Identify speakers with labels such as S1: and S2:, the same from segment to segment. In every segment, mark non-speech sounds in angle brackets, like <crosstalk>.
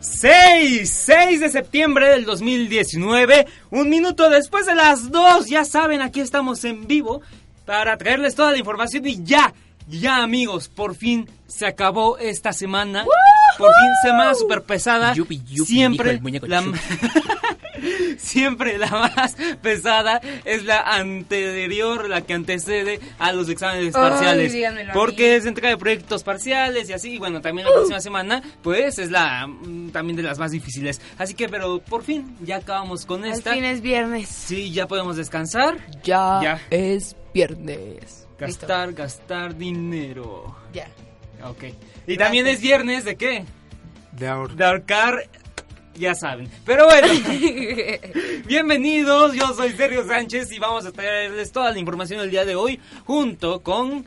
S1: ¡6! 6 de septiembre del 2019, un minuto después de las 2, ya saben, aquí estamos en vivo para traerles toda la información y ya, ya amigos, por fin se acabó esta semana. Por fin semana super pesada.
S2: Yupi, yupi, dijo
S1: siempre
S2: el muñeco
S1: la
S2: Chucky.
S1: <laughs> Siempre la más pesada es la anterior, la que antecede a los exámenes parciales.
S3: díganmelo a
S1: porque es entrega de proyectos parciales y así. Y bueno, también la próxima semana, pues es la mm, también de las más difíciles. Así que, pero por fin, ya acabamos con
S3: Al
S1: esta.
S3: fin es viernes.
S1: Sí, ya podemos descansar,
S3: Ya,
S1: Ya.
S3: es viernes.
S1: gastar, gastar dinero.
S3: Ya.
S1: Ok. Y también es viernes de qué?
S4: de ahora.
S1: De ahorcar, ya saben.
S3: <laughs>
S1: Pero bueno. Bienvenidos, yo soy Sergio Sánchez y vamos a traerles toda la información del día de hoy junto con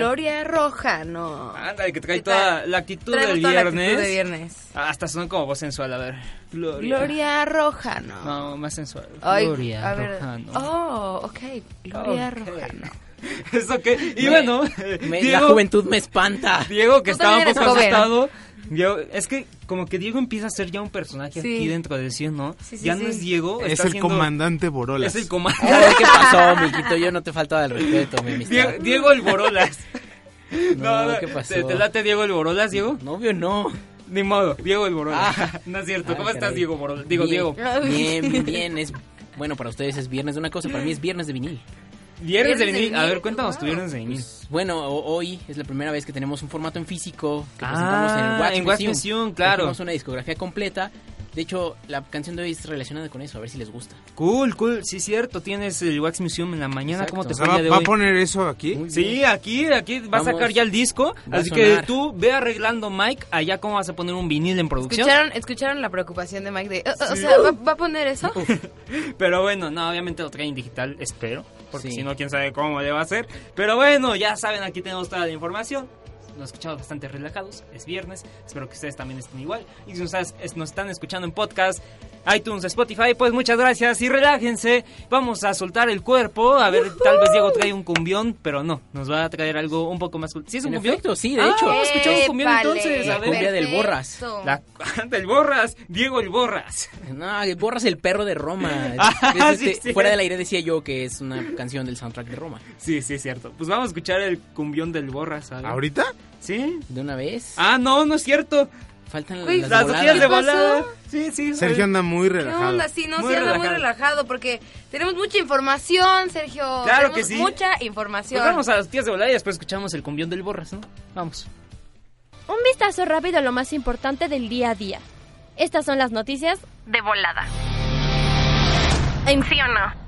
S3: <laughs> Gloria Roja, no.
S1: Ándale, que trae
S3: ¿Qué tal?
S1: toda la actitud
S3: Traemos
S1: del
S3: toda la
S1: viernes.
S3: actitud de viernes.
S1: Ah, Hasta sonó como voz sensual, a ver. Gloria.
S3: Gloria Roja, no.
S1: No, más sensual.
S3: Ay,
S2: Gloria
S3: a ver.
S1: Rojano.
S3: Oh, ok. Gloria
S1: Ok.
S3: Rojano.
S1: Eso que. Y
S2: Me-
S1: bueno,
S2: Me- la
S1: Diego,
S2: juventud me espanta.
S1: Diego, que
S3: Tú
S1: estaba un
S3: también
S1: poco
S3: eres joven.
S1: asustado. Diego- es que como que Diego empieza a ser ya un personaje
S3: Sí.
S1: aquí dentro de sí, ¿no?
S3: Sí, sí,
S1: ya
S3: sí.
S1: no es Diego.
S5: Es
S1: está
S5: el
S1: siendo-
S5: comandante Borolas.
S1: Es el comandante.
S2: Ay, ¿Qué pasó, mijito? Yo no te faltaba el respeto, mi amistad.
S1: Die- <laughs> Diego el Borolas.
S2: <laughs> No, ¿qué pasó?
S1: ¿Te, te late Diego el Borolas, Diego?
S2: Novio, no.
S1: Ni modo, Diego el Borolas. <laughs> no es cierto.
S2: Ay,
S1: ¿Cómo estás,
S2: Ah, caray.
S1: Diego Borolas? Digo,
S2: Bien,
S1: Diego.
S2: Bien, bien, bien. Es, bueno, para ustedes es viernes de una cosa, para mí es viernes de vinil.
S1: Viernes de
S3: Viernes de
S1: vinil. A
S3: vinil,
S1: ver, cuéntanos tu
S3: wow.
S1: viernes de vinil.
S2: Bueno, ho- hoy es la primera vez que tenemos un formato en físico que
S1: Ah,
S2: presentamos en el Wax
S1: en Wax
S2: Museum.
S1: Museum, claro.
S2: Tenemos una discografía completa. De hecho, la canción de hoy es relacionada con eso, a ver si les gusta.
S1: Cool, cool. Sí, cierto. Tienes el Wax Museum en la mañana.
S2: Exacto.
S1: ¿Cómo te
S2: O
S5: O sea,
S1: fue el
S5: ¿va,
S1: día de
S5: va
S1: hoy?
S5: a poner eso aquí?
S1: Sí, aquí, aquí va a sacar
S2: Vamos.
S1: ya el disco.
S2: Va a
S1: Así que
S2: sonar.
S1: tú ve arreglando, Mike, allá cómo vas a poner un vinil en producción.
S3: ¿Escucharon, ¿Escucharon la preocupación de Mike de... "Oh, oh, O sea, ¿va, va a poner eso?
S1: <laughs> Pero bueno, no, obviamente lo traen digital, espero. Porque
S2: Sí.
S1: si no, quién sabe cómo le va a hacer. Pero bueno, ya saben, aquí tenemos toda la información. Nos escuchamos bastante relajados, es viernes. Espero que ustedes también estén igual. Y si nos, estás- es- nos están escuchando en podcast, iTunes, Spotify, pues muchas gracias y relájense. Vamos a soltar el cuerpo. A ver, tal vez Diego trae un cumbión, pero no, nos va a traer algo un poco más cool. ¿Sí es un
S2: En
S1: cumbión?
S2: efecto, sí, de
S1: Ah,
S2: hecho.
S1: escuchamos cumbión
S3: Épale.
S1: entonces, a
S2: La
S1: ver.
S2: cumbia del Borras.
S3: Perfecto.
S1: La, <laughs> del Borras, Diego el Borras.
S2: No, borras el perro
S1: <laughs>
S2: de Roma.
S1: Ah,
S2: Es este-
S1: sí, sí.
S2: fuera del aire decía yo que es una canción del soundtrack de Roma.
S1: Sí, sí, es cierto. Pues vamos a escuchar el cumbión del Borras. a ver.
S5: ¿Ahorita?
S1: ¿Sí?
S2: De una vez.
S1: Ah, no, no es cierto.
S2: Faltan
S3: Uy,
S2: las
S1: Las tortillas de
S2: voladas.
S1: volada. Sí, sí.
S5: Sergio anda muy
S3: ¿Qué
S5: relajado.
S3: onda? Sí, no, sí,
S1: Muy
S3: anda muy
S1: relajado.
S3: relajado porque tenemos mucha información, Sergio.
S1: Claro
S3: Tenemos
S1: que sí.
S3: mucha
S1: Pues
S3: información.
S1: vamos a las tortillas de volada y después escuchamos el cumbión del Borras, ¿no? Vamos.
S6: Un vistazo rápido a lo más importante del día a día. Estas son las noticias
S7: De volada.
S6: en
S7: ¿Sí o no?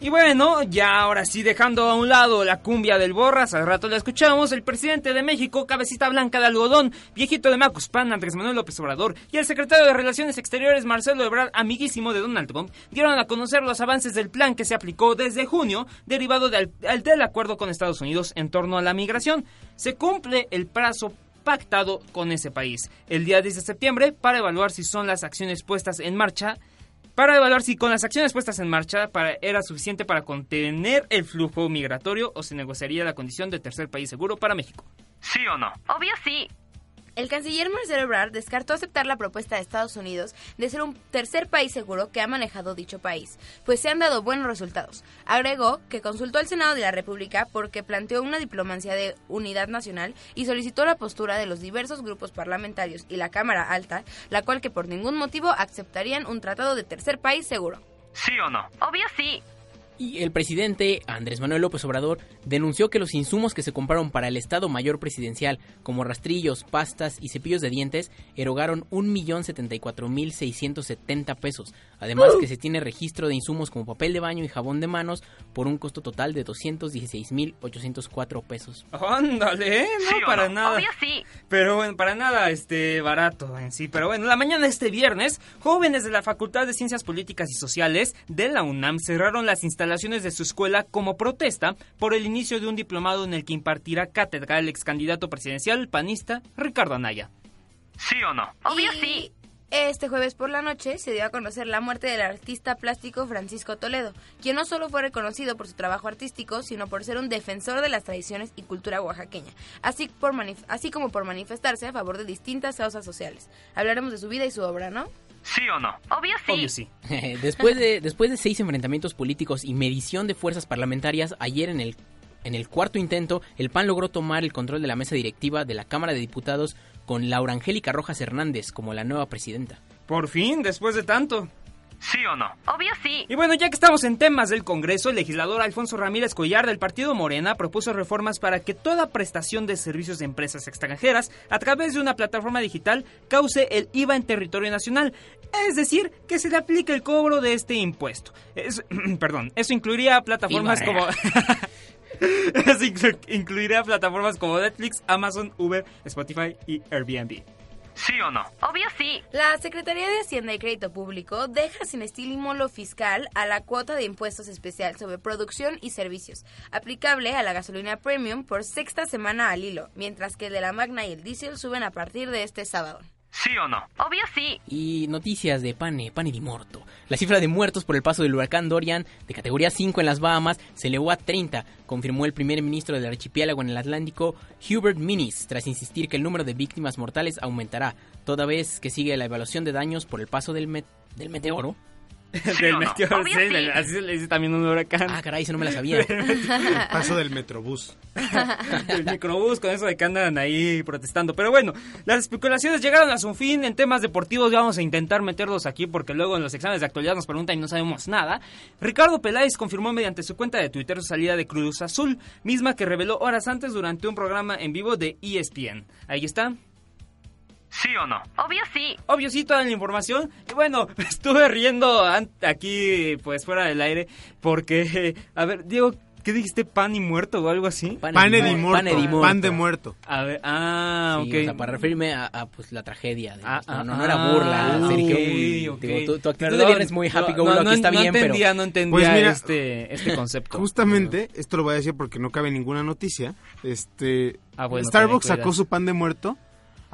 S1: Y bueno, ya ahora sí, dejando a un lado la cumbia del Borras, al rato la escuchamos, el presidente de México, cabecita blanca de algodón, viejito de Macuspán, Andrés Manuel López Obrador, y el secretario de Relaciones Exteriores, Marcelo Ebrard, amiguísimo de Donald Trump, dieron a conocer los avances del plan que se aplicó desde junio, derivado del, al- del acuerdo con Estados Unidos en torno a la migración. Se cumple el plazo pactado con ese país, el día 10 de septiembre, para evaluar si son las acciones puestas en marcha para evaluar si con las acciones puestas en marcha para- era suficiente para contener el flujo migratorio o se negociaría la condición de tercer país seguro para México.
S7: Obvio sí.
S3: El canciller Marcelo Ebrard descartó aceptar la propuesta de Estados Unidos de ser un tercer país seguro que ha manejado dicho país, pues se han dado buenos resultados. Agregó que consultó al Senado de la República porque planteó una diplomacia de unidad nacional y solicitó la postura de los diversos grupos parlamentarios y la Cámara Alta, la cual que por ningún motivo aceptarían un tratado de tercer país seguro.
S1: ¿Sí o no?
S7: Obvio sí.
S2: Y el presidente Andrés Manuel López Obrador denunció que los insumos que se compraron para el Estado Mayor Presidencial, como rastrillos, pastas y cepillos de dientes, erogaron 1.074.670 pesos. Además que se tiene registro de insumos como papel de baño y jabón de manos por un costo total de 216.804 pesos.
S1: Ándale, ¿eh? no
S7: ¿Sí o
S1: para
S7: no?
S1: nada.
S7: Obvio sí.
S1: Pero bueno, para nada este barato en sí. Pero bueno, la mañana de este viernes, jóvenes de la Facultad de Ciencias Políticas y Sociales de la UNAM cerraron las instalaciones de su escuela como protesta por el inicio de un diplomado en el que impartirá cátedra el ex candidato presidencial panista Ricardo Anaya. ¿Sí o no?
S7: Obvio
S3: Y
S7: sí.
S3: Este jueves por la noche se dio a conocer la muerte del artista plástico Francisco Toledo, quien no solo fue reconocido por su trabajo artístico, sino por ser un defensor de las tradiciones y cultura oaxaqueña, así, por manif- así como por manifestarse a favor de distintas causas sociales. Hablaremos de su vida y su obra, ¿no?
S1: ¿Sí o no?
S7: Obvio sí.
S1: Obvio sí.
S2: <laughs> después, de, después de seis enfrentamientos políticos y medición de fuerzas parlamentarias, ayer en el, en el cuarto intento, el PAN logró tomar el control de la mesa directiva de la Cámara de Diputados con Laura Angélica Rojas Hernández como la nueva presidenta.
S1: Por fin, después de tanto. ¿Sí o no?
S7: Obvio sí.
S1: Y bueno, ya que estamos en temas del Congreso, el legislador Alfonso Ramírez Collar del Partido Morena propuso reformas para que toda prestación de servicios de empresas extranjeras a través de una plataforma digital cause el IVA en territorio nacional, es decir, que se le aplique el cobro de este impuesto. Es- <clears throat> perdón, eso incluiría plataformas
S2: IVA.
S1: como... <laughs> eso inclu- incluiría plataformas como Netflix, Amazon, Uber, Spotify y Airbnb. ¿Sí o no?
S7: Obvio sí.
S3: La Secretaría de Hacienda y Crédito Público deja sin estímulo fiscal a la cuota de impuestos especial sobre producción y servicios, aplicable a la gasolina premium por sexta semana al hilo, mientras que el de la Magna y el diésel suben a partir de este sábado.
S1: ¿Sí o no?
S7: Obvio sí.
S2: Y noticias de eh, Pane, Pane de Morto. La cifra de muertos por el paso del huracán Dorian de categoría 5 en las Bahamas se elevó a 30, confirmó el primer ministro del archipiélago en el Atlántico, Hubert Minis, tras insistir que el número de víctimas mortales aumentará, toda vez que sigue la evaluación de daños por el paso del, met- del meteoro.
S1: del meteoro,
S7: Obvio
S1: sí,
S7: sí.
S1: del- así se le dice también un huracán.
S2: Ah, caray, eso no me la
S1: <laughs>
S2: sabía.
S5: El paso del metrobús.
S1: el microbús con eso de que andan ahí protestando. Pero bueno, las especulaciones llegaron a su fin en temas deportivos. y Vamos a intentar meterlos aquí porque luego en los exámenes de actualidad nos preguntan y no sabemos nada. Ricardo Peláez confirmó mediante su cuenta de Twitter su salida de Cruz Azul, misma que reveló horas antes durante un programa en vivo de E ESPN. Ahí está. ¿Sí o no?
S7: Obvio sí.
S1: Obvio, sí, toda la información. Y bueno, <laughs> me estuve riendo an- aquí, pues fuera del aire, porque, <laughs> a ver, Diego, ¿qué dijiste? ¿Pan y muerto o algo así?
S5: Pan
S2: de
S5: de
S2: mu-
S5: muerto.
S2: Pane de muerto.
S5: Pan de muerto.
S1: A ver, ah,
S2: Sí,
S1: ok.
S2: o sea, para referirme a, a, pues, la tragedia. de-
S1: Ah,
S2: no,
S1: ah,
S2: no, no era
S1: ah,
S2: burla,
S1: ok,
S2: Sergio.
S1: ok.
S2: Digo, tu, tu actitud de
S1: Perdón,
S2: viernes muy happy
S1: no,
S2: go
S1: no,
S2: lucky
S1: no,
S2: está
S1: no
S2: bien,
S1: entendía,
S2: pero...
S1: No entendía
S5: Pues mira,
S1: este,
S5: <laughs>
S1: este concepto.
S5: Justamente, esto lo voy a decir porque no cabe ninguna noticia. Este,
S1: Ah, bueno,
S5: Starbucks
S1: ten cuidado.
S5: sacó su pan de muerto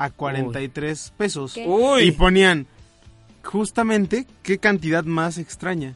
S5: a 43 pesos.
S3: ¿Qué?
S1: Uy.
S5: Y ponían justamente qué cantidad más extraña.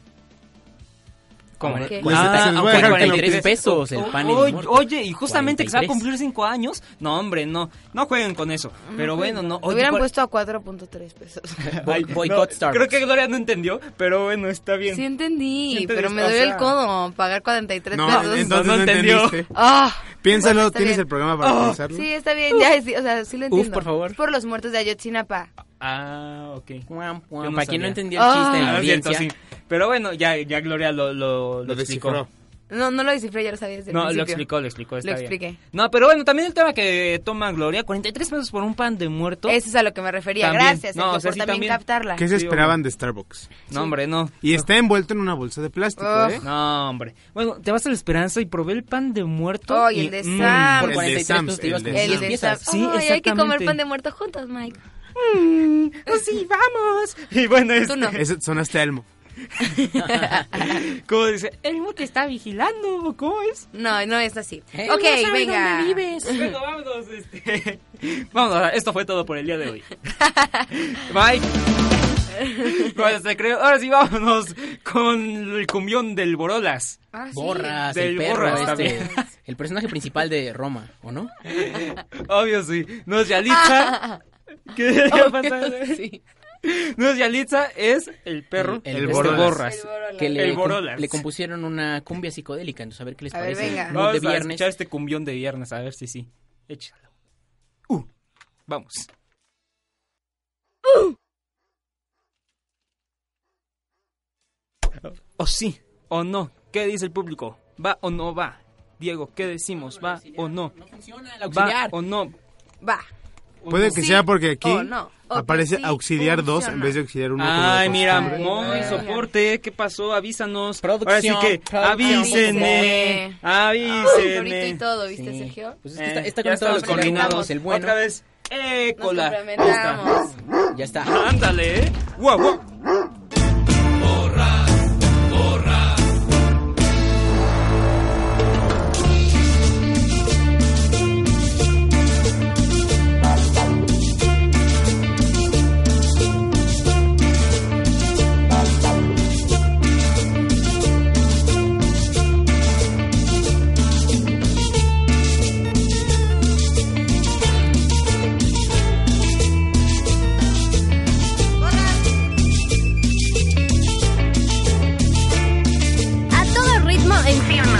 S1: ¿Cómo?
S3: ¿Qué?
S5: Pues, se los voy a
S1: Ah, ok,
S5: dejar que lo
S2: 43
S5: piensen.
S2: pesos Pues el pan y el
S1: Oy-
S2: muerto.
S1: Oh, Oye, y justamente que se va a
S2: 43.
S1: cumplir 5 años. No, hombre, no. No jueguen con eso. Pero bueno, no.
S3: Lo
S1: oye,
S3: hubieran
S1: ¿cuál-
S3: puesto a 4.3 pesos.
S2: Boy-
S1: Ay,
S2: boycott
S1: no,
S2: Starbucks.
S1: Creo que Gloria no entendió, pero bueno, está bien.
S3: Sí entendí,
S1: Sí te
S3: pero me
S1: disfrazó.
S3: duele el codo pagar 43
S5: No,
S3: pesos.
S5: entonces
S1: no,
S5: no,
S1: no entendió.
S5: entendiste.
S3: Ah,
S5: Piénsalo,
S3: Bueno, está
S5: tienes
S3: bien.
S5: el programa para pensarlo.
S3: sí, está bien, ya, sí, o sea, sí lo entiendo.
S2: por favor.
S3: Es por los muertos de Ayotzinapa.
S1: Ah, ok.
S2: Guam, guam.
S1: Yo no
S2: Para quien
S1: sabía.
S2: no entendió el chiste en la
S1: Ah, lo siento,
S2: audiencia,
S1: sí. Pero bueno, ya, ya Gloria lo, lo, lo
S5: Lo
S1: explicó.
S5: descifró.
S3: No, no lo descifré, ya lo sabía desde el
S1: No, lo
S3: principio.
S1: explicó, lo explicó, está
S3: Lo
S1: bien.
S3: expliqué.
S1: No, pero bueno, también el tema que toma Gloria, 43 pesos por un pan de muerto.
S3: Eso es a lo que me refería.
S1: También.
S3: Gracias,
S1: No,
S3: Sergio,
S1: o sea,
S3: por
S1: sí,
S3: también,
S1: también.
S3: captarla.
S5: ¿Qué se
S1: Sí,
S5: esperaban de Starbucks?
S1: No, hombre, no.
S5: Y está envuelto en una bolsa de plástico,
S3: Uf.
S5: ¿eh?
S1: No, hombre. Bueno, te vas a la esperanza y probé el pan de muerto.
S3: Ay, el
S1: y-
S3: de
S1: mm,
S3: Sam.
S2: por
S5: de
S2: 43 pesos
S5: Sam's,
S2: te ibas
S5: el de
S2: con
S3: El
S2: 10
S3: de
S2: piezas.
S3: Sam- Ay,
S1: Sí,
S3: hay que comer
S1: exactamente.
S3: pan de muerto juntos, Mike.
S1: mm, pues sí, vamos. Y bueno,
S3: <laughs> Tú
S1: este,
S3: no.
S5: Ese sonaste a Elmo.
S1: <laughs> ¿Cómo dice? El mismo te está vigilando, ¿o ¿cómo es?
S3: No, no es así.
S2: Él
S3: ok,
S2: no sabe
S3: venga.
S2: dónde vives.
S1: <laughs> Bueno, vámonos, <laughs> este. Vámonos, esto fue todo por el día de
S3: <laughs>
S1: hoy. Bye. Bueno, se creó. Ahora sí, vámonos con el cumbión del Borolas.
S3: Ah, sí.
S2: Borras,
S1: Del
S2: el perro
S1: Borras
S2: este.
S1: también.
S2: <laughs> El personaje principal de Roma,
S1: <laughs>
S2: ¿o no?
S1: Obvio, sí. No
S3: <laughs>
S1: es Yalitza. ¿Qué ¿Qué pasa?
S2: Sí.
S1: No es Yalitza, es el perro.
S2: El-
S1: El,
S2: el
S1: Borras.
S5: Borolas.
S2: Que le,
S1: El
S2: com-
S1: Borolas.
S2: le compusieron una cumbia psicodélica, entonces a ver qué les
S3: A ver,
S2: parece.
S3: venga.
S2: Mood de
S1: Vamos a
S2: viernes.
S1: escuchar este cumbión de viernes, a ver si sí. Échalo. Uh, vamos. Uh. O sí, o no. ¿Qué dice el público? ¿Va o no va? Diego, ¿qué decimos? ¿Va o no?
S2: Funciona el
S1: ¿Va
S2: auxiliar.
S1: o no?
S3: Va.
S5: Puede que
S3: Sí,
S5: sea porque aquí
S3: o no, o
S5: aparece
S3: que sí,
S5: auxiliar 2 en
S3: funciona.
S5: vez de auxiliar 1.
S1: Ay, mira,
S3: costumbre.
S1: Moy,
S3: Ay,
S1: soporte, ¿qué pasó? Avísanos. Ahora sí
S2: Producción,
S1: que,
S2: producción,
S1: avísenme,
S3: por Florito y
S1: avísenme.
S3: todo, ¿viste,
S2: Sí.
S3: Sergio?
S2: Pues es que está,
S1: Eh,
S2: está
S1: ya
S2: conectado a los
S1: estamos
S2: coordinados,
S1: coordinados.
S2: el bueno.
S1: Otra vez,
S3: Nos
S1: écola.
S3: complementamos.
S2: Ya está.
S1: Ándale, eh. Guau, guau.
S6: A todo ritmo en infierno.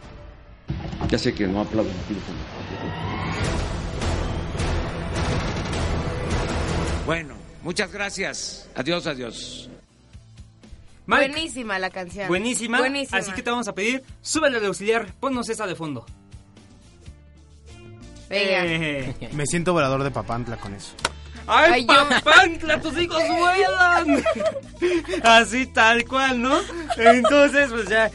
S8: Ya sé que no aplauden. Bueno, muchas gracias. Adiós, adiós.
S1: Mike,
S3: Buenísima la canción.
S1: buenísima.
S3: Buenísima.
S1: Así que te vamos a pedir, súbele al auxiliar, ponnos esa de fondo.
S3: Venga.
S1: Eh.
S5: Me siento volador de papantla con eso.
S1: ¡Ay,
S3: Ay, yo-
S1: papantla, tus hijos
S3: <laughs>
S1: vuelan! Así tal cual, ¿no? Entonces, pues ya.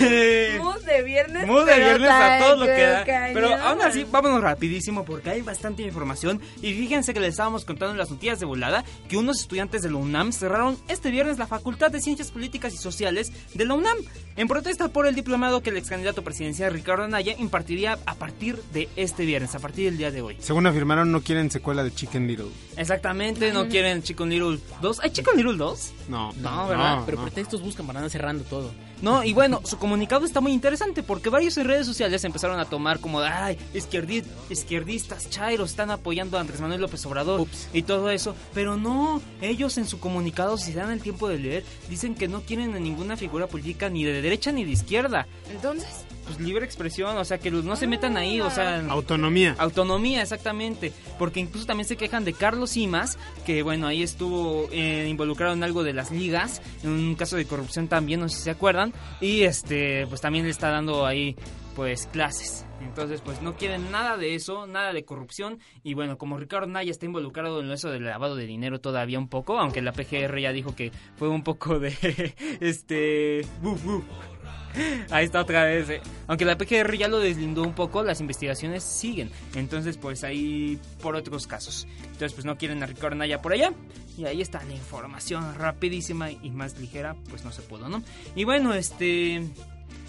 S1: eh,
S3: Mood de viernes.
S1: Muy de
S3: pero
S1: viernes a
S3: tan
S1: todo lo que da.
S3: cañón.
S1: Pero aún así, vámonos rapidísimo porque hay bastante información. Y fíjense que les estábamos contando en las noticias de volada que unos estudiantes de la UNAM cerraron este viernes la Facultad de Ciencias Políticas y Sociales de la UNAM en protesta por el diplomado que el ex candidato presidencial Ricardo Anaya impartiría a partir de este viernes, a partir del día de hoy.
S5: Según afirmaron, no quieren secuela de Chicken Little.
S1: Exactamente, no quieren Chicken Little 2. ¿Hay Chicken Little 2?
S5: No,
S1: <laughs> No, ¿verdad?
S2: Pero pretextos buscan para andar cerrando todo.
S1: No, y bueno, su comunicado está muy interesante porque varios en redes sociales empezaron a tomar como, ay, izquierdi- izquierdistas, chairos, están apoyando a Andrés Manuel López Obrador y todo eso. Pero no, ellos en su comunicado, si se dan el tiempo de leer, dicen que no quieren a ninguna figura política ni de derecha ni de izquierda.
S3: Entonces,
S1: Pues libre expresión, o sea, que los- no se metan ahí, o
S5: Ah.
S1: sea...
S5: Autonomía.
S1: Autonomía, exactamente. Porque incluso también se quejan de Carlos Simas, que bueno, ahí estuvo eh, involucrado en algo de las ligas, en un caso de corrupción también, no sé si se acuerdan. Y este, pues también le está dando ahí, pues, clases. Entonces, pues no quieren nada de eso, nada de corrupción. Y bueno, como Ricardo Naya está involucrado en eso del lavado de dinero todavía un poco, aunque la PGR ya dijo que fue un poco de, <laughs> este, buf, buf. <laughs> Ahí está otra vez. eh. Aunque la PGR ya lo deslindó un poco, las investigaciones siguen. Entonces, pues ahí por otros casos. Entonces, pues no quieren a Ricardo Anaya por allá. Y ahí está la información rapidísima y más ligera, pues no se pudo, ¿no? Y bueno, este...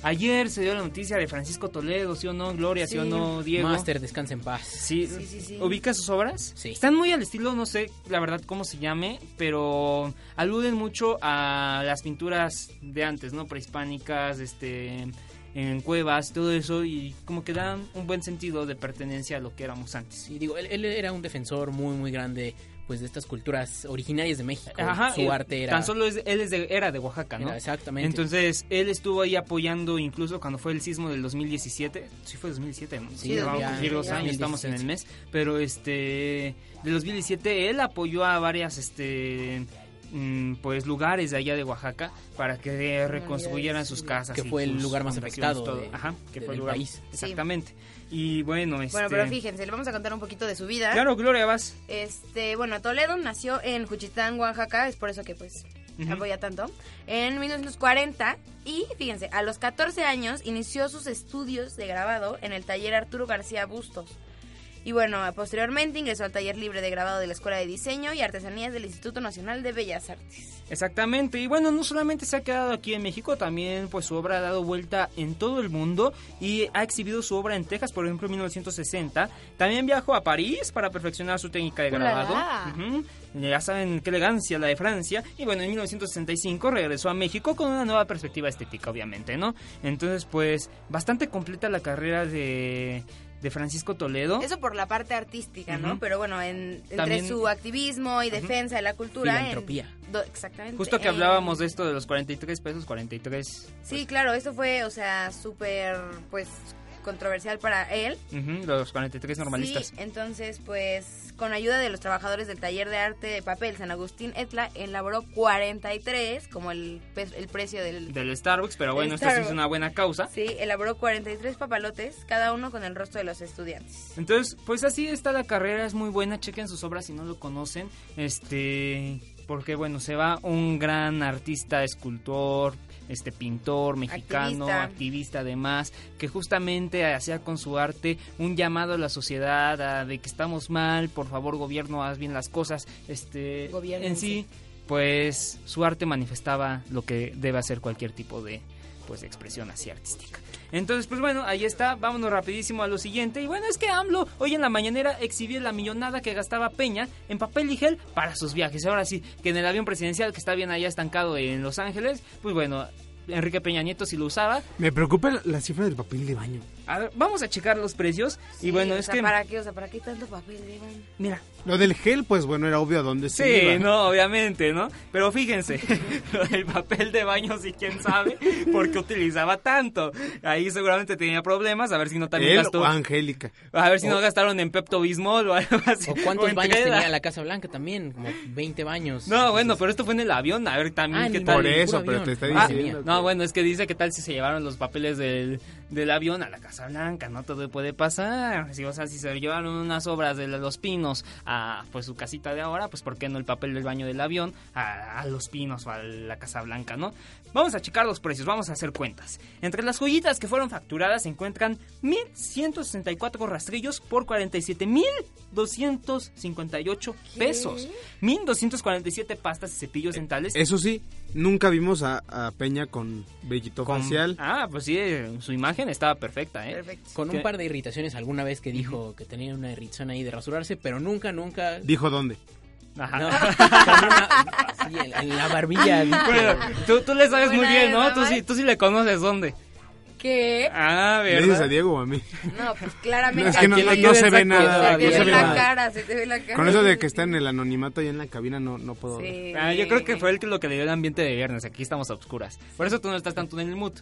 S1: Ayer se dio la noticia de Francisco Toledo, ¿sí o no? Gloria, ¿sí, o no? Diego.
S2: Master, descansa en paz.
S1: Sí,
S2: Sí, sí, sí.
S1: ¿Ubica sus obras?
S2: Sí.
S1: Están muy al estilo, no sé la verdad cómo se llame, pero aluden mucho a las pinturas de antes, ¿no? Prehispánicas, este en cuevas, todo eso, y como que dan un buen sentido de pertenencia a lo que éramos antes.
S2: Y digo, él, él era un defensor muy, muy grande, pues, de estas culturas originarias de México.
S1: Ajá,
S2: Su
S1: eh,
S2: arte era...
S1: Tan solo es- él es de- era de Oaxaca, ¿no?
S2: Era- exactamente.
S1: Entonces, él estuvo ahí apoyando incluso cuando fue el sismo del 2017. Sí, fue 2017. ¿no?
S2: Sí,
S1: vamos
S2: ya,
S1: a cumplir dos
S2: ya.
S1: años, estamos en el mes. Pero este, del 2017, él apoyó a varias, este. mm, Pues lugares de allá de Oaxaca para que reconstruyeran sus casas.
S2: Que
S1: y
S2: fue el
S1: sus
S2: lugar más
S1: fundaciones,
S2: afectado
S1: todo.
S2: de-
S1: Ajá, que
S2: de-
S1: fue el
S2: del
S1: lugar.
S2: país.
S1: Exactamente. Y bueno, este.
S3: Bueno, pero fíjense, le vamos a contar un poquito de su vida.
S1: Claro, Gloria, vas.
S3: Este, bueno, Toledo nació en Juchitán, Oaxaca, es por eso que pues
S1: Ujú.
S3: apoya tanto. En 1940 y fíjense, a los 14 años inició sus estudios de grabado en el taller Arturo García Bustos. Y bueno, posteriormente ingresó al taller libre de grabado de la Escuela de Diseño y Artesanías del Instituto Nacional de Bellas Artes.
S1: Exactamente, y bueno, no solamente se ha quedado aquí en México, también pues su obra ha dado vuelta en todo el mundo y ha exhibido su obra en Texas, por ejemplo, en 1960. También viajó a París para perfeccionar su técnica de
S3: ¡Ulala!
S1: grabado. Ujú. Ya saben qué elegancia la de Francia. Y bueno, en 1965 regresó a México con una nueva perspectiva estética, obviamente, ¿no? Entonces, pues, bastante completa la carrera de, de Francisco Toledo.
S3: Eso por la parte artística, ¿no?
S1: Oh. Ujú.
S3: Pero bueno, en- entre
S1: También-
S3: su activismo y defensa de la cultura... en-
S1: Filantropía.
S3: do- exactamente.
S1: Justo que
S3: en-
S1: hablábamos de esto de los 43 pesos, 43.
S5: Pues
S3: Sí, claro, eso fue, o sea, súper, pues, controversial para él.
S1: ujú, los 43 normalistas.
S3: Sí, entonces, pues, con ayuda de los trabajadores del taller de arte de papel San Agustín Etla, elaboró 43, como el, pe- el precio del...
S1: del Starbucks, pero bueno,
S3: El
S1: esta sí es
S3: Starbucks.
S1: una buena causa.
S3: Sí, elaboró 43 papalotes, cada uno con el rostro de los estudiantes.
S1: Entonces, pues así está la carrera, es muy buena, chequen sus obras si no lo conocen, este, porque bueno, se va un gran artista, escultor, este pintor mexicano,
S3: Activista.
S1: activista, además, que justamente hacía con su arte un llamado a la sociedad a de que estamos mal, por favor, gobierno, haz bien las cosas, este, en sí, pues su arte manifestaba lo que debe hacer cualquier tipo de pues de expresión así artística. Entonces, pues bueno, ahí está, vámonos rapidísimo a lo siguiente. Y bueno, es que AMLO hoy en la mañanera exhibió la millonada que gastaba Peña en papel y gel para sus viajes. Ahora sí, que en el avión presidencial que está bien allá estancado en Los Ángeles, pues bueno, Enrique Peña Nieto si lo usaba.
S5: Me preocupa la- la cifra del papel de baño.
S1: A ver, vamos a checar los precios. y bueno,
S3: Sí, o
S1: es
S3: sea,
S1: que...
S3: ¿para qué? O sea, ¿para qué tanto papel, Iván?
S1: Mira.
S5: Lo del gel, pues bueno, era obvio a dónde
S1: Sí,
S5: se iba.
S1: no, obviamente, ¿no? Pero <laughs> fíjense, el papel de baño sí quién sabe por qué utilizaba tanto. Ahí seguramente tenía problemas, a ver si no también
S5: Él
S1: gastó.
S5: o Angélica.
S1: A ver si no gastaron en Pepto Bismol <laughs> o algo así.
S2: ¿O cuántos
S1: en
S2: baños
S1: Creda.
S2: tenía la Casa Blanca también? Como 20 baños.
S1: No, bueno, pero esto fue en el avión, a ver también
S2: Ah,
S1: qué
S2: ni
S1: tal.
S5: Por
S2: el
S5: eso,
S2: puro
S5: pero
S2: avión.
S5: te está
S2: Ah,
S5: diciendo.
S2: mía.
S1: No, bueno, es que dice que tal si se llevaron los papeles del, del avión a la Casa Blanca, no todo puede pasar. Si, o sea, si se llevaron unas obras de los pinos a pues su casita de ahora, pues ¿por qué no el papel del baño del avión a, a los pinos o a la Casa Blanca, no? Vamos a checar los precios, vamos a hacer cuentas. Entre las joyitas que fueron facturadas se encuentran 1.164 rastrillos por 47.258 pesos. 1.247 pastas y cepillos
S5: Eh,
S1: dentales.
S5: Eso sí, nunca vimos a, a Peña con vellito
S1: Con-
S5: facial.
S1: Ah, pues sí, eh, su imagen estaba perfecta, ¿eh?
S3: Perfecto.
S2: Con
S1: ¿Qué?
S2: un par de irritaciones alguna vez que dijo que tenía una irritación ahí de rasurarse, pero nunca, nunca...
S5: Dijo dónde.
S1: Ajá.
S2: No, con una- sí, en, en la barbilla. dijo,
S1: <laughs> Bueno, tú, tú le sabes muy
S3: Buena
S1: bien, ¿no?
S3: esa,
S1: Tú sí,
S3: ¿vale?
S1: tú sí le conoces dónde.
S3: ¿Qué?
S1: Ah,
S5: ¿Le dices a
S1: ¿verdad?
S5: Diego o a mí?
S3: No, pues
S5: No,
S3: claramente...
S5: es que <laughs> no,
S3: aquí
S5: no-
S3: se
S5: no se ve nada.
S3: te
S5: no
S2: todavía.
S3: ve
S5: se ve
S3: la
S5: nada.
S3: cara, se te ve la cara.
S5: Con eso de que está en el anonimato y en la cabina no, no puedo ver.
S3: Sí.
S1: Ah, yo creo que fue el que lo que le dio el ambiente de viernes. Aquí estamos a obscuras. Por eso tú no estás tanto en el mood.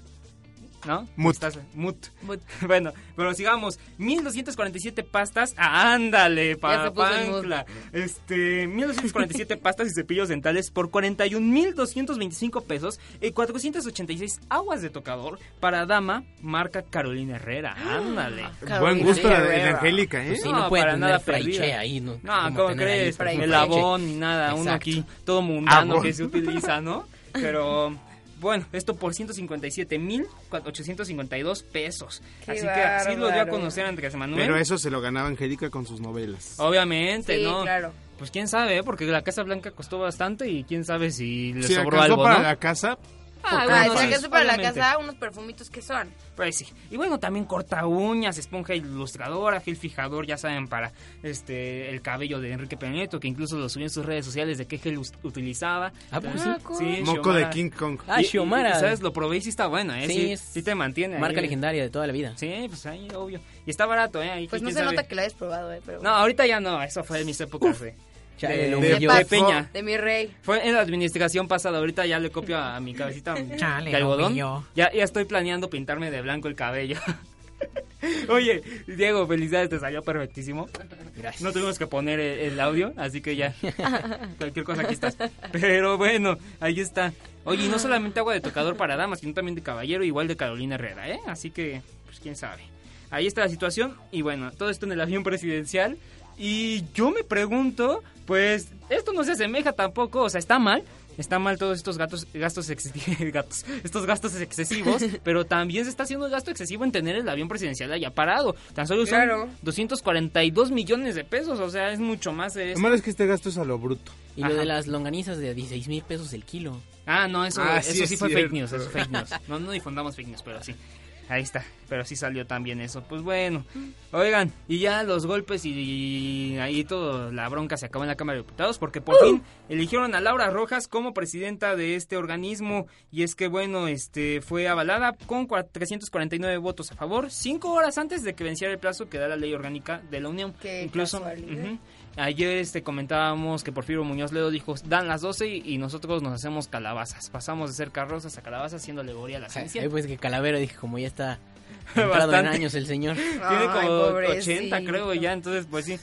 S1: ¿No?
S5: Mood.
S1: Estás mood. <laughs> Bueno, pero sigamos. 1247 pastas. Ah, ándale,
S3: Ya se puso en mood.
S1: papancla. Este, 1247 <laughs> pastas y cepillos dentales por 41,225 pesos y 486 aguas de tocador para dama, marca Carolina Herrera. Ándale.
S5: Buen
S3: Carolina
S5: gusto la de,
S3: Herrera.
S5: de Angélica, ¿eh?
S2: Pues sí,
S1: No,
S2: no, puede
S1: para
S2: tener
S1: nada
S2: Fray
S1: perdida.
S2: Che ahí, ¿no?
S1: No,
S2: Como
S1: ¿cómo
S2: tener ahí,
S1: crees?
S2: por ejemplo,
S1: El
S2: Fray Che.
S1: abón ni nada, uno
S2: Exacto.
S1: aquí todo mundano
S5: Abón.
S1: que se utiliza, ¿no?
S2: <laughs>
S1: Pero bueno, esto por 157.852 pesos.
S3: Qué
S1: así que así lo dio a
S3: bárbaro.
S1: conocer Andrés Manuel.
S5: Pero eso se lo ganaba Angélica con sus novelas.
S1: Oh, Obviamente,
S3: Sí,
S1: ¿no?
S3: claro.
S1: Pues quién sabe, ¿eh? porque la Casa Blanca costó bastante y quién sabe si le
S5: Si
S1: sobró
S5: alcanzó
S1: algo,
S5: para
S1: ¿no?
S5: la casa,
S3: Ah,
S1: bueno,
S3: si
S1: sí,
S3: acaso para la
S1: obviamente.
S3: casa, unos perfumitos que son.
S1: Pues sí. Y bueno, también corta uñas, esponja ilustradora, gel fijador, ya saben, para este el cabello de Enrique Peñeto, que incluso lo subió en sus redes sociales de qué gel us- utilizaba.
S2: Ah, pues sí.
S5: Moco
S1: Xiomara.
S5: de King Kong.
S2: Ah,
S1: Y- y-
S2: Xiomara.
S1: y, ¿Sabes? Lo probé y sí está bueno, ¿eh?
S2: Sí,
S1: Sí,
S2: es-
S1: sí te mantiene. ahí.
S2: Marca legendaria de toda la vida.
S1: Sí, pues ahí, obvio. Y está barato, ¿eh? Ahí,
S3: Pues no
S1: ¿quién
S3: se
S1: sabe?
S3: nota que lo hayas probado, eh, pero
S1: No, ahorita ya no, eso fue en mis épocas de...
S2: Chale,
S1: de-
S2: lo
S1: de-
S2: humilló.
S1: de Peña.
S3: de mi rey.
S1: Fue en la administración pasada, ahorita ya le copio a mi cabecita
S2: <laughs> Chale,
S1: de algodón.
S2: lo humilló.
S1: Ya, ya estoy planeando pintarme de blanco el cabello. <laughs> Oye, Diego, felicidades, te salió perfectísimo.
S2: Gracias.
S1: No tuvimos que poner el, el audio, así que ya, cualquier cosa aquí estás. Pero bueno, ahí está. Oye, y no solamente agua de tocador para damas, sino también de caballero, igual de Carolina Herrera, ¿eh? Así que, pues quién sabe. Ahí está la situación, y bueno, todo esto en el avión presidencial. Y yo me pregunto, pues, esto no se asemeja tampoco, o sea, está mal. Está mal todos estos gatos, gastos, ex- <laughs> gatos, estos gastos excesivos, pero también se está haciendo un gasto excesivo en tener el avión presidencial allá parado. Tan solo son
S3: Claro.
S1: 242 millones de pesos, o sea, es mucho más. de
S5: Lo
S1: esto.
S5: malo es que este gasto es a lo bruto.
S2: Y lo
S1: Ajá.
S2: de las longanizas de 16 mil pesos el kilo.
S1: Ah, no, eso,
S5: Ah,
S1: eso
S5: sí
S1: sí,
S5: es
S1: fue fake
S5: cierto.
S1: news, eso es fake news. No, no difundamos fake news, pero sí. Ahí está, pero sí salió también eso. Pues bueno, oigan, y ya los golpes y, y ahí todo la bronca se acabó en la Cámara de Diputados porque
S5: ¡Uh!
S1: por fin eligieron a Laura Rojas como presidenta de este organismo y es que bueno, este fue avalada con cua- 349 votos a favor, cinco horas antes de que venciera el plazo que da la ley orgánica de la Unión.
S3: Qué casualidad.
S1: ujú, Ayer este, comentábamos que Porfirio Muñoz Ledo dijo, dan las 12 y, y nosotros nos hacemos calabazas. Pasamos de ser carrozas a calabazas haciendo alegoría a la ciencia.
S2: Ahí
S3: eh,
S2: pues que Calavera dije, como ya está
S3: <laughs>
S2: entrado en
S1: Bastante.
S2: años el señor.
S1: Tiene
S3: Ay,
S1: como
S3: pobrecito.
S1: 80 creo ya, entonces pues sí.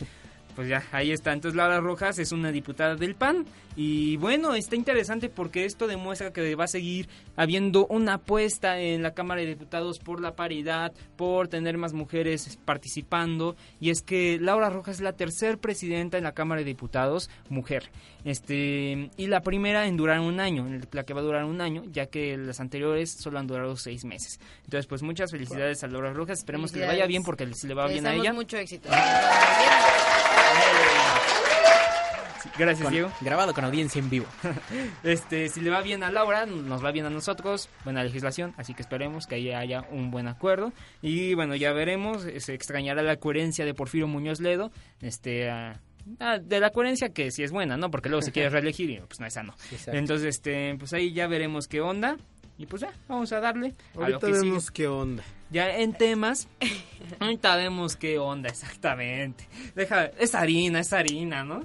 S1: Pues ya, ahí está. Entonces Laura Rojas es una diputada del PAN. Y bueno, está interesante porque esto demuestra que va a seguir habiendo una apuesta en la Cámara de Diputados por la paridad, por tener más mujeres participando. Y es que Laura Rojas es la tercer presidenta en la Cámara de Diputados, mujer. Este, y la primera en durar un año, en la que va a durar un año, ya que las anteriores solo han durado seis meses. Entonces, pues muchas felicidades a Laura Rojas. Esperemos que le vaya
S3: Felicidades.
S1: bien porque se le va
S3: Te
S1: bien a
S3: deseamos
S1: ella.
S3: mucho éxito.
S1: Gracias,
S2: Con-
S1: Diego.
S2: grabado con audiencia en vivo.
S1: Este, si le va bien a Laura, nos va bien a nosotros, buena legislación, así que esperemos que ahí haya un buen acuerdo. Y bueno, ya veremos, eh, se extrañará la coherencia de Porfirio Muñoz Ledo, este, ah, ah, de la coherencia que sí es buena, ¿no? Porque luego se <laughs> quiere reelegir y pues no es sano.
S2: Exacto.
S1: Entonces, este, pues ahí ya veremos qué onda. Y pues ya, vamos a darle a lo
S5: Ahorita
S1: que sigue.
S5: vemos qué onda.
S1: Ya en temas, ahorita vemos qué onda exactamente. Deja, es harina, es harina, ¿no?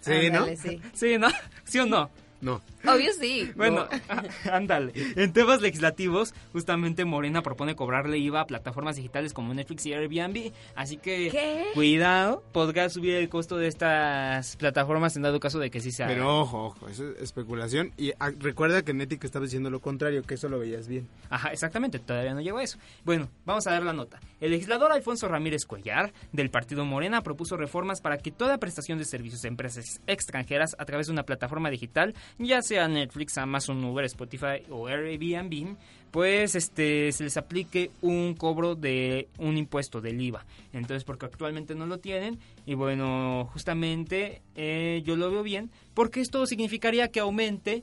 S5: ¿Sí, no?
S3: Ándale, sí.
S1: Sí, ¿no? <laughs> ¿Sí o no?
S5: No.
S3: Obvio sí.
S1: Bueno, <laughs> ándale. En temas legislativos, justamente Morena propone cobrarle IVA a plataformas digitales como Netflix y Airbnb. Así que,
S3: ¿Qué?
S1: cuidado, podrá subir el costo de estas plataformas en dado caso de que sí sea.
S5: Pero ojo, ojo, eso es especulación. Y ah, recuerda que Neti que estaba diciendo lo contrario, que eso lo veías bien.
S1: Ajá, exactamente, todavía no llegó a eso. Bueno, vamos a dar la nota. El legislador Alfonso Ramírez Cuellar, del Partido Morena, propuso reformas para que toda prestación de servicios a empresas extranjeras a través de una plataforma digital, ya sea Netflix, Amazon, Uber, Spotify o Airbnb, pues este se les aplique un cobro de un impuesto del IVA. Entonces, porque actualmente no lo tienen y bueno, justamente eh, yo lo veo bien, porque esto significaría que aumente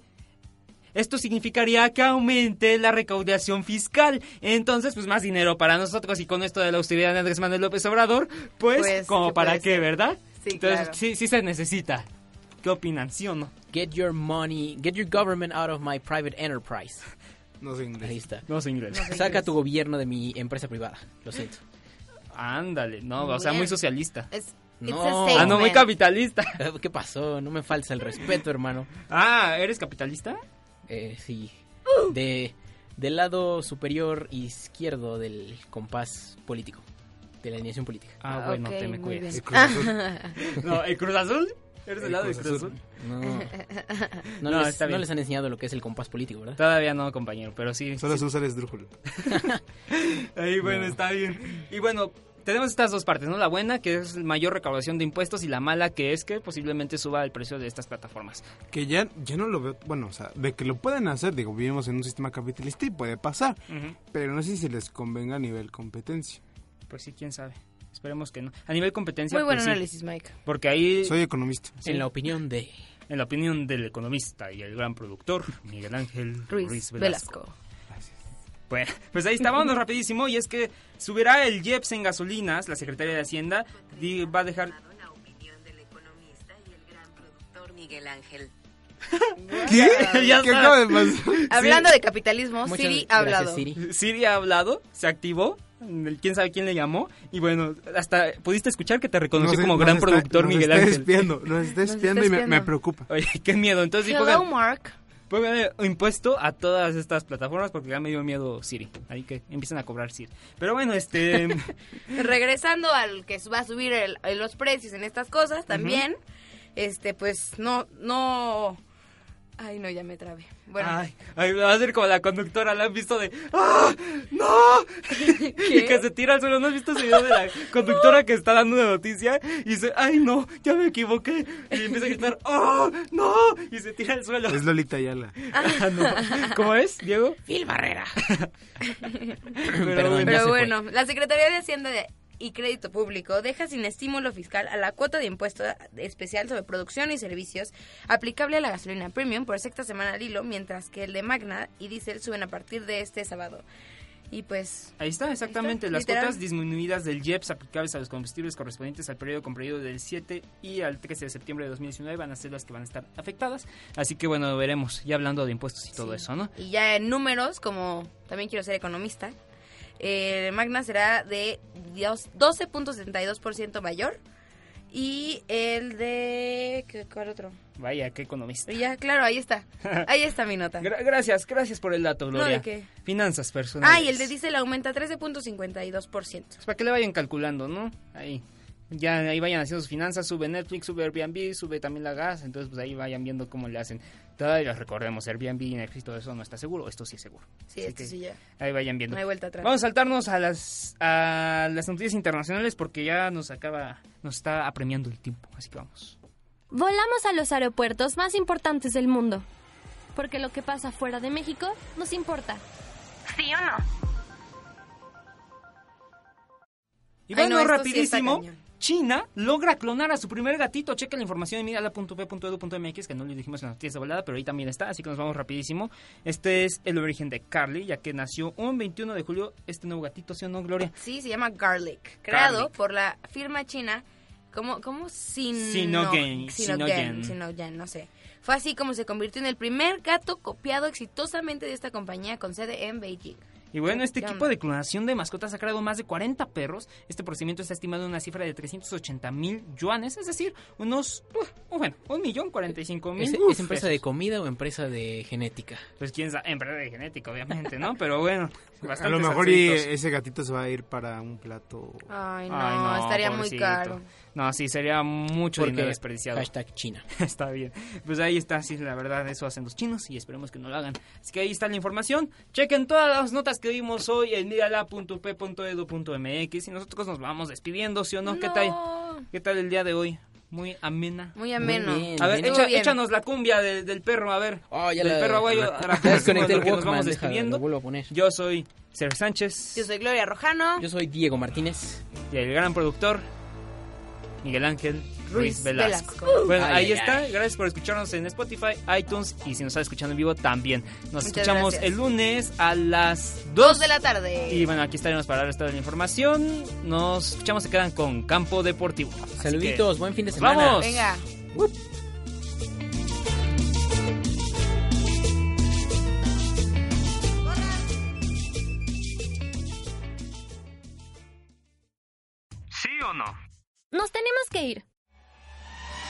S1: esto significaría que aumente la recaudación fiscal. Entonces, pues más dinero para nosotros. Y con esto de la austeridad de Andrés Manuel López Obrador, pues,
S3: Pues,
S1: como
S3: ¿qué
S1: para
S3: puede
S1: qué,
S3: ser?
S1: ¿verdad?
S3: Sí,
S1: Entonces,
S3: claro.
S1: sí, sí se necesita. ¿Qué opinan? ¿Sí o no?
S2: Get your money, get your government out of my private enterprise.
S5: No sé
S2: Ahí
S5: inglés.
S2: está.
S1: No, señores.
S2: Saca tu gobierno de mi empresa privada. Lo siento.
S1: Ándale, no, o
S3: Muy
S1: sea, muy
S3: bien. Eh,
S1: socialista.
S3: Es,
S2: No.
S3: it's a
S1: Ah, no, muy
S3: statement.
S1: capitalista.
S2: <laughs> ¿Qué pasó? No me falta el respeto, hermano.
S1: Ah, ¿eres capitalista?
S2: Eh, sí.
S3: Uh.
S2: De, del lado superior izquierdo del compás político. De la alineación política.
S3: <laughs>
S1: Ah, bueno,
S3: ok,
S1: te me
S3: muy
S1: cuidas.
S5: El Cruz Azul.
S1: <laughs> No, ¿el Cruz Azul? ¿Eres del
S5: El
S1: lado del
S5: Cruz
S1: Cruz
S5: Azul.
S1: Azul?
S2: No. No,
S1: No,
S2: les,
S1: está
S2: no
S1: bien.
S2: les han enseñado lo que es el compás político, ¿verdad?
S1: Todavía no, compañero, pero sí.
S5: Solo se usa el esdrújula.
S1: Ahí, bueno, está bien. Y bueno, tenemos estas dos partes, ¿no? La buena, que es mayor recaudación de impuestos, y la mala, que es que posiblemente suba el precio de estas plataformas.
S5: Que ya, ya no lo veo, bueno, o sea, de que lo pueden hacer, digo, vivimos en un sistema capitalista y puede pasar, pero no sé si les convenga a nivel competencia.
S1: Pues sí, quién sabe. Esperemos que no. A nivel competencia,
S3: Muy buen
S1: pues sí,
S3: análisis, Mike.
S1: porque ahí...
S5: <laughs> Soy economista.
S2: En la opinión de
S1: en la opinión del economista y el gran productor Miguel Ángel Ruiz, Velasco. Bueno, <laughs> pues ahí está, vámonos rapidísimo. Y es que subirá el IEPS en gasolinas, la secretaria de Hacienda di- va a dejar...
S9: Doctor Miguel
S5: <laughs>
S9: Ángel.
S1: <laughs> ¿Qué?
S9: ¿Qué acaba de pasar?
S3: Hablando de capitalismo,
S1: Muchas
S3: Oh, Siri
S1: gracias,
S3: ha hablado.
S1: Siri. ha hablado, se activó. el- Quién sabe quién le llamó. Y bueno, hasta pudiste escuchar que te reconoció
S5: Nos-
S1: como
S5: nos
S1: gran
S5: está-
S1: productor
S5: nos
S1: Miguel
S5: está
S1: Ángel.
S5: espiando, nos está
S1: Nos
S5: espiando y me- me preocupa.
S1: Oye, qué miedo. Entonces, sí,
S3: Hello,
S1: pongan-
S3: Mark.
S1: Póngale impuesto a todas estas plataformas porque ya me dio miedo Siri. Ahí que empiezan a cobrar Siri. Pero
S5: <laughs>
S1: bueno, este.
S3: Regresando al que va a subir el- el- los precios en estas cosas también, este, pues no, no. Ay, no, ya me trabé. Bueno,
S1: ay, ay, me va a ser como la conductora, la han visto de. ¡Ah! ¡No! Y que se tira al suelo. ¿No has visto ese video de la conductora que está dando una noticia? Y dice, ¡ay no! Ya me equivoqué. Y empieza a gritar, ¡ah! ¡No! Y se tira al suelo. <laughs>
S5: Es Lolita Ayala.
S1: Ah, no. ¿Cómo es, Diego?
S2: Phil Barrera. <laughs>
S1: Pero
S5: Perdón,
S1: <laughs> bueno.
S3: Pero bueno, la Secretaría de Hacienda de- y Crédito Público deja sin estímulo fiscal a la cuota de impuesto especial sobre producción y servicios aplicable a la gasolina premium por sexta semana al hilo, mientras que el de Magna y Diesel suben a partir de este sábado. Y pues...
S1: Ahí está, exactamente. Las
S3: literal.
S1: cuotas disminuidas del IEPS aplicables a los combustibles correspondientes al periodo comprendido del 7 y al 13 de septiembre de 2019 van a ser las que van a estar afectadas. Así que bueno, veremos. Ya hablando de impuestos y todo eso, ¿no?
S3: Y ya en números, como también quiero ser economista, eh, el Magna será de dios- 12.72% mayor y el de... ¿qué- ¿Cuál otro?
S1: Vaya, qué economista.
S3: Y ya, claro, ahí
S1: <laughs>
S3: está. Ahí está mi nota.
S1: Gra- gracias, gracias por el dato,
S3: No,
S1: Gloria.
S3: ¿de qué?
S1: Finanzas personales.
S3: Ah, y el de diésel aumenta 13.52%.
S1: Para que le vayan calculando, ¿no? Ahí. Ya ahí vayan haciendo sus finanzas, sube Netflix, sube Airbnb, sube también la gas, entonces pues ahí vayan viendo cómo le hacen. Todavía recordemos, Airbnb y Netflix, todo eso no está seguro, esto sí es seguro.
S3: Sí,
S1: Así
S3: esto
S1: que
S3: sí ya.
S1: Ahí vayan viendo.
S3: No hay vuelta atrás.
S1: Vamos a saltarnos a las, a las noticias internacionales porque ya nos acaba, nos está apremiando el tiempo, así que vamos.
S6: Volamos a los aeropuertos más importantes del mundo. Porque lo que pasa fuera de México nos importa.
S7: ¿Sí o no?
S1: Y
S7: Ay,
S1: bueno,
S7: no, esto sí está
S1: rapidísimo.
S7: cañón.
S1: China logra clonar a su primer gatito. Checa la información en mirala.p.edu.mx, que no le dijimos en las noticias de volada, pero ahí también está, así que nos vamos rapidísimo. Este es el origen de Carly, ya que nació un 21 de julio este nuevo gatito, ¿sí o no, Gloria?
S3: Sí, se llama Garlic, creado
S1: Garlic.
S3: por la firma china como como Sino-
S1: Sinogen, Sinogen.
S3: Sinogen, Sinogen, no sé. Fue así como se convirtió en el primer gato copiado exitosamente de esta compañía con sede en Beijing.
S1: Y bueno, este
S3: Ya
S1: equipo de clonación de mascotas ha creado más de 40 perros. Este procedimiento está estimado en una cifra de 380 mil yuanes, es decir, unos, uh, bueno, un millón 45 mil.
S2: ¿Es, es
S1: pesos.
S2: empresa de comida o empresa de genética?
S1: Pues quién sabe, empresa de genética, obviamente, ¿no? Pero <laughs> bueno,
S5: A
S1: bastante
S5: lo mejor y
S1: salsitos.
S5: ese gatito se va a ir para un plato.
S3: Ay, no,
S1: Ay, no,
S3: estaría muy
S1: pobrecito.
S3: caro.
S1: No, sí, sería mucho
S2: Porque
S1: dinero desperdiciado.
S2: hashtag China.
S1: está bien. Pues ahí está, sí, la verdad, eso hacen los chinos y esperemos que no lo hagan. Así que ahí está la información. Chequen todas las notas que vimos hoy en mirala.p.edu.mx y nosotros nos vamos despidiendo, ¿sí o no? ¿Qué tal? ¿Qué tal el día de hoy? Muy amena.
S3: Muy ameno.
S1: Muy bien. A ver,
S3: Estuvo
S1: echa-
S3: bien.
S1: échanos la cumbia del, del perro, a ver.
S2: Oh, ya
S1: del
S2: la-
S1: perro aguayo.
S2: la-
S1: a
S2: ya
S1: próxima,
S2: desconecté el
S1: lo que nos
S2: Walkman,
S1: vamos
S2: déjalo,
S1: despidiendo.
S2: lo vuelvo a poner.
S1: Yo soy Sergio Sánchez.
S3: Yo soy Gloria Rojano.
S2: Yo soy Diego Martínez.
S1: Y el gran productor, Miguel Ángel Ruiz
S2: Ruiz
S1: Velasco.
S2: Velasco.
S1: Bueno, ahí
S2: Ay, ay,
S1: está. Gracias por escucharnos en Spotify, iTunes y si nos está escuchando en vivo también.
S3: Muchas
S1: Nos escuchamos
S3: gracias.
S1: el lunes a las 2.
S3: Dos de la tarde.
S1: Y bueno, aquí estaremos para dar toda la información. Nos escuchamos, se quedan con Campo Deportivo. Así que-
S2: Saluditos, buen fin de semana.
S1: ¡Vamos!
S3: Venga.
S1: ¿Sí o no?
S6: Nos tenemos que ir.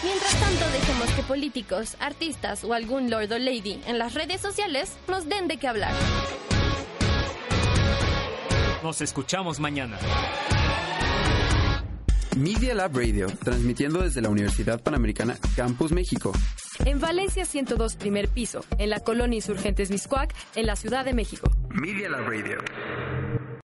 S6: Mientras tanto, dejemos que políticos, artistas o algún lord o lady en las redes sociales nos den de qué hablar.
S1: Nos escuchamos mañana.
S4: Media Lab Radio, transmitiendo desde la Universidad Panamericana Campus México.
S10: En Valencia 102 primer piso, en la colonia Insurgentes Miscuac, en la Ciudad de México.
S4: Media Lab Radio.